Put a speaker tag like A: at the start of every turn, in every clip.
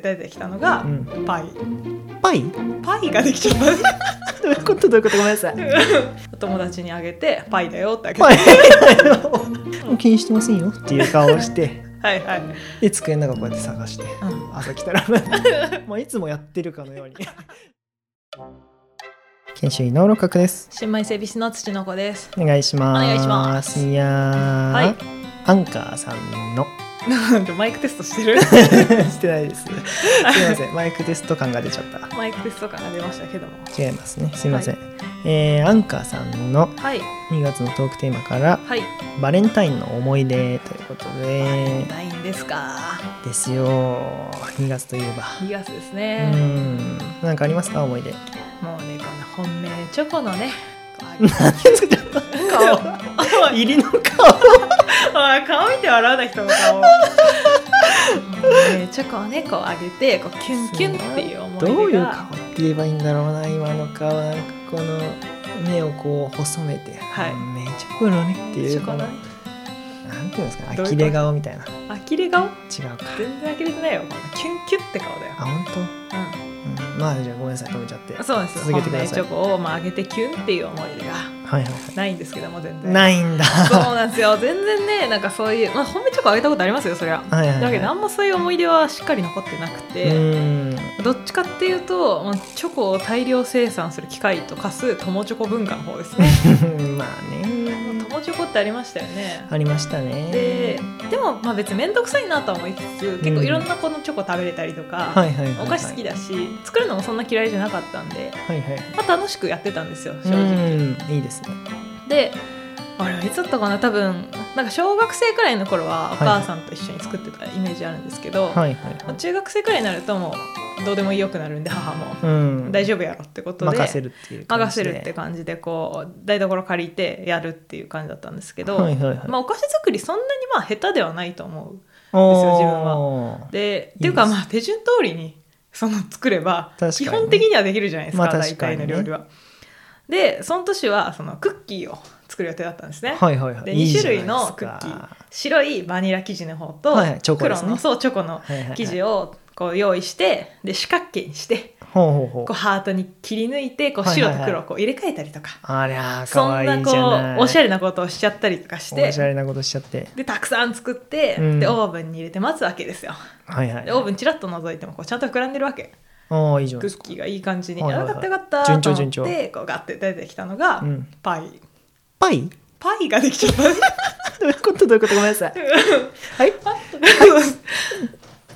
A: 出てきたのが、
B: うん
A: パイ
B: パ イ
A: パイができちゃった
B: どういうことどういうことごめんなさい。
A: お 友達にあげてパイだよってあげて、
B: パ
A: は
B: イ
A: い、
B: もう気にしてませんよっていう顔をして
A: はいはい、
B: で机の中こうやって探して
A: うん
B: 朝来たら まあいつもやってるかのように研修医の六角です
A: 新米整備士の土の子です
B: お願いします
A: お願いします
B: いやー、
A: はい
B: アンカーさんの
A: なんでマイクテストしてる
B: してないですすいませんマイクテスト感が出ちゃった
A: マイクテスト感が出ましたけども
B: 違いますねすいません、えーアンカーさんの
A: はい
B: 2月のトークテーマから
A: はい
B: バレンタインの思い出ということで
A: ないんですか
B: ですよ2月といえば
A: 2月です
B: う
A: ね、
B: んなんかありますか思い出
A: もうねこの本命チョコのね
B: 顔
A: 顔
B: 入りの顔
A: あー顔見て笑わない人の 顔ねチョコをねこうあげてこうキュンキュンっていう思い出が
B: どういう顔って言えばいいんだろうな今の顔なんかこの目をこう細めて、
A: はい
B: めちゃくちゃねってい
A: チ
B: う
A: ョ
B: こ
A: コ
B: の
A: の
B: な
A: ね
B: んていうんですか
A: どういう顔
B: 呆れ顔みたいな
A: 呆れ顔
B: 違うか
A: 全然呆れてないよこんなキュンキュンって顔だよ
B: あ、本当、うん、まあじゃあごめんなさい止めちゃって
A: うん、
B: はい
A: そうなんです
B: 続けてください
A: 本命チョコをまああげてキュンっていう思い出が
B: はいは
A: ないんですけども全
B: い
A: 然
B: ないんだ
A: そう
B: は
A: なんですよ全然ねなんかそういうまあ本命チョコあげたことありますよそりゃ
B: いはいはい
A: だけどあんまそういう思い出はしっかり残ってなく
B: う
A: て、
B: ん
A: どっちかっていうとまあチョコを大量生産する機械と化す友チョコ文化の方ですね
B: まあね
A: 友チョコってありましたよね
B: ありましたね
A: ででもまあ別に面倒くさいなとは思いつつ結構いろんなこのチョコ食べれたりとか、
B: はいはいはいは
A: お
B: い
A: 菓子好きだし作るのもそんな嫌いじゃなかったんで、
B: はいはい
A: まあ、楽しくやってたんですよ正
B: う
A: 直。
B: んいいですね
A: であれはいつだったかな多分なんか小学生くらいの頃はお母さんと一緒に作ってたイメージあるんですけど、
B: はいはいはい
A: 中学生くらいになるともうどうでもよくなるんで母も、
B: うん
A: 大丈夫やろってことで
B: 任せるっていう感
A: 任
B: じ
A: せ
B: で
A: るって感じでこう台所借りてやるっていう感じだったんですけど、
B: はいはいはい、
A: まあ、お菓子作りそんなにまあ下手ではないと思う
B: です
A: よ自分
B: は。
A: で
B: いいです
A: っていうかまあ手順通りにその作れば
B: 確かにね
A: 基本的にはできるじゃないですか,、
B: まあ確
A: 大
B: か
A: 体
B: にね
A: の料理は。でその年はそのクッキーを作る予定だったんですね。
B: はいはいはい。
A: で
B: いい
A: 2
B: じゃな
A: 種
B: い
A: 類のクッキー白いバニラ生地の方と、
B: はいはいチョコで
A: 黒
B: すね
A: のそうチョコの
B: ですか
A: 生地
B: を。
A: をこう用意してで四角形にして
B: ほうほうほう
A: こうハートに切り抜いてこう
B: はい
A: 白
B: はいはい
A: と黒をこう入れ替えたりとか、
B: ありゃー、かわいいじ
A: そ
B: ゃ
A: ん
B: な。
A: ないこうおしゃ
B: れ
A: れなことをしちゃったりとかして
B: おしゃれなことしちゃって。
A: でたくさん作って、
B: うん
A: でオーブンに入れて待つわけですよ。
B: はいはい
A: で。オーブンちらっと覗いてもこうちゃんと膨らんでるわけ
B: ああ、以上
A: ク
B: で
A: ッ
B: すか。
A: キーがいい感じに、
B: はいはいはい
A: あよかったよかったと思
B: 順
A: っ
B: 調順
A: てこうガッて出てきたのが、
B: うん。
A: パイ
B: パイ
A: パイができちゃ った
B: どういうことどういうことごめんなさい。はい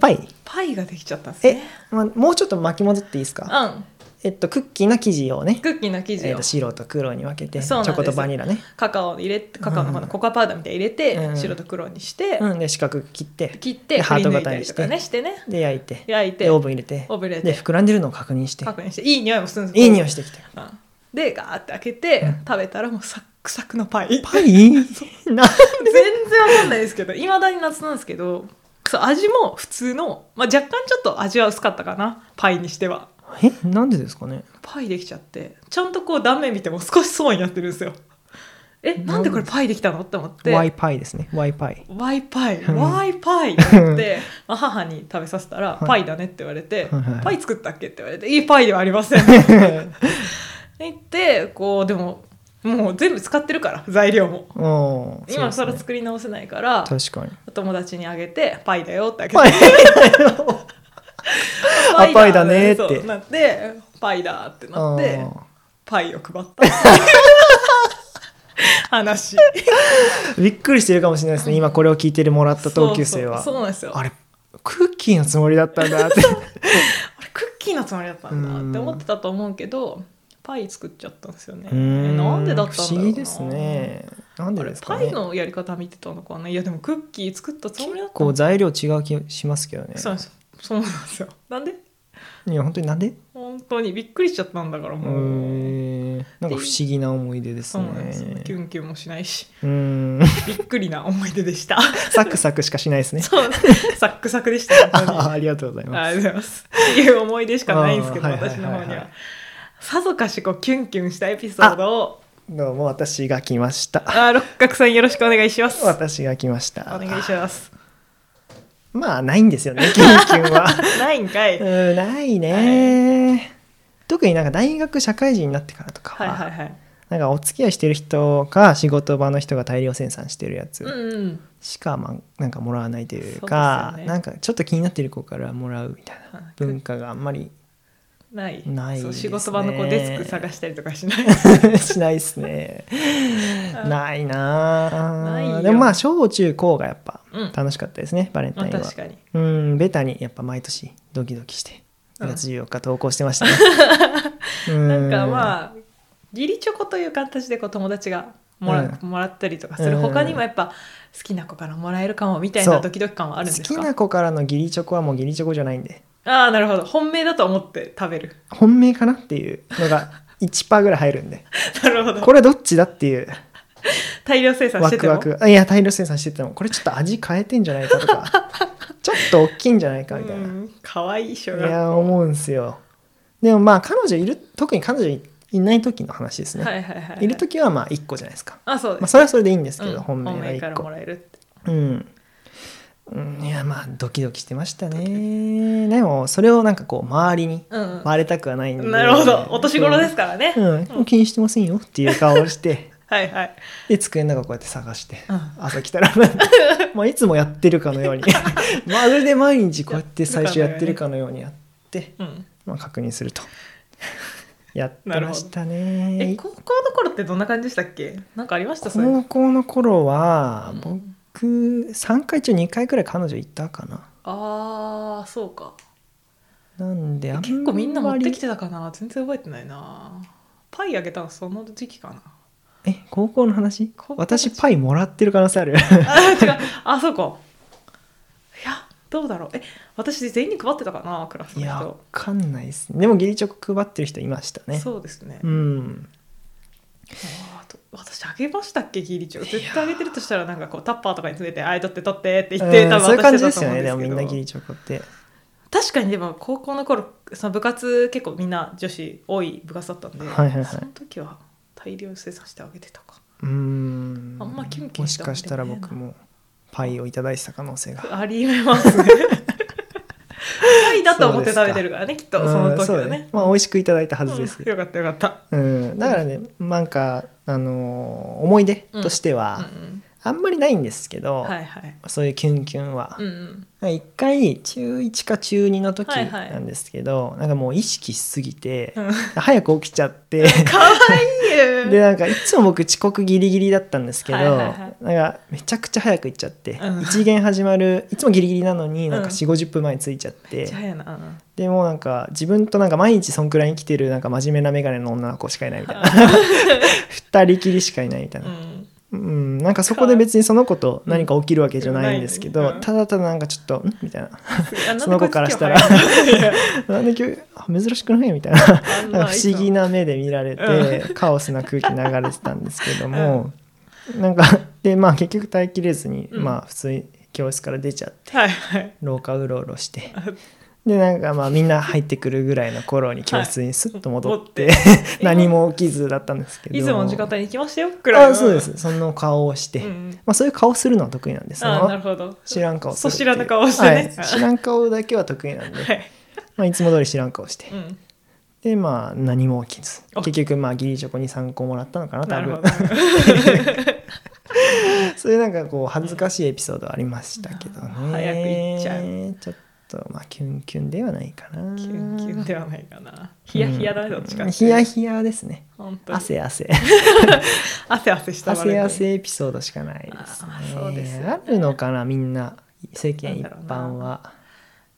B: パイ
A: パイができちゃったんです
B: え
A: ね、
B: まあ、もうちょっと巻き戻っていいですか
A: うん
B: えっと、クッキーの生地をね、
A: クッキーの生地
B: えっ
A: を
B: と、白と黒に分けて、チ
A: そうなんで
B: ョ
A: す
B: コとバニラね。
A: カカオを入れてカカオのこのココアパウダーみたいに入れて、
B: うん
A: 白と黒にして、
B: うん、で、四角く切って、
A: 切っ
B: で
A: て
B: ハ
A: ハ
B: ー
A: ー
B: ト
A: ト
B: 型
A: 型
B: に
A: に
B: し
A: しててねしてね
B: で、焼いて、
A: 焼いて
B: で、オーブン入れて、
A: オーブン入れて
B: で、膨らんでるのを確認して、
A: 確認していい匂いもするんです
B: いい匂いしてきたよ。
A: うんでガーって開けて、食べたらもうサックサクのパイ
B: パイ な
A: 全然わかんないですけどいまだに夏なんですけどそう味も普通の、まあ、若干ちょっと味は薄かったかなパイにしては
B: えなんでですかね
A: パイできちゃってちゃんとこう断面見ても少しそうになってるんですよえなんでこれパイできたのって思って
B: ワイパイですねワイパイ
A: ワイパイ
B: うん
A: ワイパイって言 って、まあ、母に食べさせたら、
B: はい
A: パイだねって言われて、
B: はいはい
A: パイ作ったっけって言われていいパイではありま せんって言ってこうでももう全部使ってるから材料も
B: おー
A: 今
B: そう
A: 更
B: ですね
A: 作り直せないから、
B: 確かに
A: お友達にあげてパイだよってあげて
B: パイあパイだねって
A: そうなってパイだってなって
B: あ
A: パイを配った 話
B: ーびっくりしてるかもしれないですね今これを聞いてるもらった同級生は
A: そうそうそうなんですよ
B: あれクッキーのつもりだったんだって
A: あれクッキーのつもりだったんだって思ってたと思うけどパイ作っちゃったんですよね
B: うーん
A: えなんでだったんだろうな
B: 不思議ですねなんで
A: あれ
B: ですか
A: パ
B: ね
A: イのやり方見てたのかないやでもクッキー作ったつもりだった
B: こ
A: の
B: う材料違う気しますけどね
A: そうなんですよそうなんですよなんで
B: いや本当になんで
A: 本当にびっくりしちゃったんだから
B: う
A: もう、
B: ーんなんか不思議な思い出です
A: そうなんですよキ
B: ね
A: ュンキュンもしないし
B: うーん
A: びっくりな思い出で した
B: サクサクしかしないですね
A: そうサックサクでした本当に
B: あありがとうございます
A: ありがとうございます。っていう思い出しかないんですけど、
B: あーはいはい
A: 私の
B: はいはい
A: 方には。さぞかしこうキュンキュンしたエピソードを、
B: どうも私が来ました
A: あー六角さんよろしくお願いします。お
B: 私が来ました
A: 願いします。
B: まあないんですよね 研究は
A: ないんかい。
B: うんないね、特になんか大学社会人になってからとか
A: はい
B: は、
A: はいはい。
B: なんかお付き合いしてる人か仕事場の人が大量生産してるや
A: う
B: つ
A: んうん。
B: しか、まあ、なんかもらわないというか
A: そうですよね
B: なんかちょっと気になってる子からもらうみたい
A: は
B: ない文化があんまり
A: ない。
B: ない
A: そう
B: です
A: 仕
B: ね
A: 事場のこうデスク探したりとかしない。
B: しないですねないな
A: ないよ
B: あでもまあ小中高がやっぱ
A: うん
B: 楽しかったですね、バレン
A: ま
B: タ
A: あ
B: インは
A: 確かに。
B: うんベタにやっぱ毎年ドキドキして
A: うん
B: 2月14日投稿して ましたね、うん
A: なんかまあ義理チョコという形でこう友達がもら,、もらったりとかする、
B: うん
A: 他にもやっぱ好きな子からもらえるかもみたいな
B: そう
A: ドキドキ感はあるんですか
B: 好きな子からの義理チョコはもう義理チョコじゃないんで
A: ああなるほど本命だと思って食べる
B: 本命かなっていうのが1%ぐらい入るんで
A: なるほど
B: これどっちだっていう
A: 大量生産し
B: ワ
A: てて
B: ク
A: も
B: ワクいや大量生産しててもこれちょっと味変えてんじゃないか とかちょっと大きいんじゃないかみたいな、
A: うん可愛い小
B: い
A: 学校
B: や思うんすよでもまあ彼女いる特に彼女いない時の話ですね、、
A: はいはいはいはい
B: る時はまあ1個じゃないですか、
A: あそう
B: ま
A: で
B: あ、
A: す、
B: それはそれでいいんですけど、
A: うん
B: 本命は
A: 本命から
B: 1
A: も
B: 個
A: らえるって
B: うん、うん、いやまあドキドキしてましたねでもそれをなんかこう周りに
A: うん、
B: バレたくはないん
A: う
B: で
A: ん、なるほどお年頃です
B: か
A: からね、
B: うん、うん気にしてませんよっていう顔をして
A: はいはい、
B: で机の中こうやって探して
A: うん
B: 朝来たらなんか まあいつもやってるかのようにまるで毎日こうやって最初やってるかのようにやって
A: うん、
B: まあ、確認す るとやってましたね
A: え高校の頃ってどんな感じでしたっけなんかありましたそれ
B: 高校の頃は
A: うん
B: 僕3回中2回くらい彼女いたかな
A: ああそうか
B: なんであんまり
A: 結構みんな持ってきてたかな全然覚えてないなパイあげたのその時期かな
B: え高校の話
A: 高校の話
B: 私パイもらってる可能 性ある
A: あ違うあそうかいやどうだろうえ私全員に配ってたかなクラス
B: い
A: の
B: やわ
A: 人
B: かんないですねでも義理チョコ配ってる人いましたね
A: そうですね、
B: うん
A: あーと私あげましたっけギリチョ絶対あげてるとしたらなんかこうタッパーとかに詰めて「あい取って取って」って言って、
B: うん
A: 多
B: そういう
A: 分
B: 感
A: 渡
B: じ
A: してたと
B: ですよ
A: 思うん
B: ね
A: で
B: ですも
A: け
B: みん
A: ど
B: な義理チョコって
A: 確かにでも高校の頃その部活結構みんな女子多い部活だったんで、
B: はいはいはい
A: その時は大量生産してあげてたか
B: うん
A: あんまキュンキュ
B: も
A: ンし
B: した
A: わけ
B: かしたら僕もパイをいただいてた可能性が
A: ありえますね。パイだと思って食べてるからね、きっと、その
B: うん
A: 時
B: そう
A: は
B: だね
A: ね。
B: まあ美味しくいただいたはずです
A: うんよかったよかった。
B: うん、だからね、なんか、あのー思い出としては、
A: うん
B: あんまりないんですけ
A: うん、
B: ど、
A: はいはい。
B: そういうキュンキュンは
A: う、んうん、
B: 一回中1か中2の時
A: はいはい
B: なんですけど、なんかもう意識しすぎて、
A: うん
B: 早く起きちゃって
A: かわいい
B: で
A: よ。
B: なんかいつも僕遅刻ギリギリだったんですけど、
A: はいはいは
B: なんかめちゃくちゃ早く行っちゃって、
A: うん
B: 一限始まるいつもギリギリなのになん
A: う
B: か
A: ん
B: 4 5 0分前に着いちゃって、
A: めっちゃ早いな。うん
B: でもうなんか自分となんか毎日そんくらい生きてるなんか真面目な眼鏡の女の子しかいないみたいな 二人きりしかいないみたいな、
A: うん
B: うん、なんかそこで別にその子と何か起きるわけじゃないんですけ
A: うん
B: ど、
A: うん
B: ただただなんかちょっと「ん?」みたい な
A: あなんで
B: その子からしたら
A: こいつ今日早いの
B: 「なんで今日あ珍しくない?」みたいななん
A: あん
B: か
A: な
B: 不思議な目で見られて、カオスな空気流れてたんですけども、なんかでまあ結局耐えきれずに、
A: うん
B: まあ普通に教室から出ちゃって
A: はいはい。
B: 廊下うろうろしてでなんかまあみんな入ってくるぐらいの頃に教室にスッと戻って、何も起きずだったんですけど
A: いつもの時間帯に行きましたよ、くらいの。
B: あそうで。すその顔をして、
A: うん、
B: まあ、そういう顔するのは得意なんですそ
A: あ
B: の
A: なるほど。
B: 知らん顔する
A: そう知らぬ顔をしてね
B: はい、知らん顔だけは得意なんで、
A: はい。
B: まあ、いつも通り知らん顔して、
A: うん
B: でまあ何も起きず
A: お
B: 結局まあ義理チョコに3個もらったのかな
A: な
B: 多
A: るほ
B: 分
A: ど。
B: そういうなんかこう恥ずかしいエピソードありましたけどね
A: 早く行っちゃ
B: うちょっとまあキュンキュンではないかな
A: キュンキュンではないかな。ヒヤヒヤだね、どっちかっていうと。
B: ヒヤヒヤですね
A: 本当に
B: 汗汗
A: 汗汗したバレン
B: 汗
A: タイン
B: 汗エピソードしかないですね
A: あーそうですよね
B: あるのかなみんな世間一般は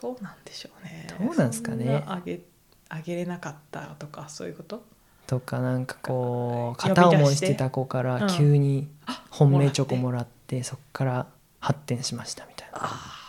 A: どうなんでしょうね
B: どうなんですかね
A: そなあげあげれなかったとかそういうこと
B: とかなんかこう
A: 呼び出して
B: 片思いしてた子から急に本命チョコ
A: も
B: もらってそっから発展しましたみたい
A: あー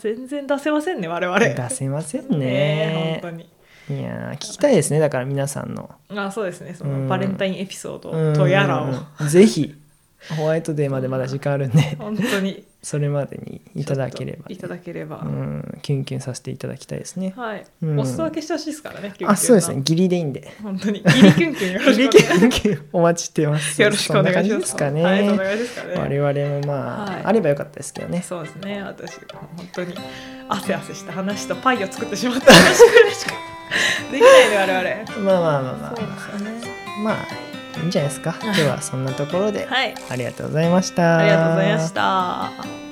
A: 全然出せませんね我々
B: な出せません
A: ねえ
B: ね
A: 本
B: いやー聞きたいですねだから皆さんの
A: 当にあそうですねそうの
B: ん
A: バレンタインエピソード
B: うん
A: とやらを
B: ぜひホワイトデーまでまだ時間あるん で
A: 本当に
B: それまでに いただければ、
A: いただければ、
B: うん、キュンキュンさせていただきたいですね。
A: はい、
B: うん
A: お裾分けしてほしいですからね
B: あそうですね義理でいいんで。
A: 本当にギリキュンキュンよろ
B: 義理
A: し
B: キ
A: くお願い
B: ュンキュンお待ちしてます。
A: よろしく お願いします
B: そんな感じですかね。
A: はいそんな感じですかね
B: 我々もまあ、
A: はい
B: あればよかったですけどね。
A: そうですね私本当に汗汗した話とパイを作ってしまった話くらいしか できないね我々
B: まあまあまあまあ
A: そうですよね
B: まあいいんじゃないですか。今日はそんなところで、
A: はい
B: ありがとうございました。
A: ありがとうございました。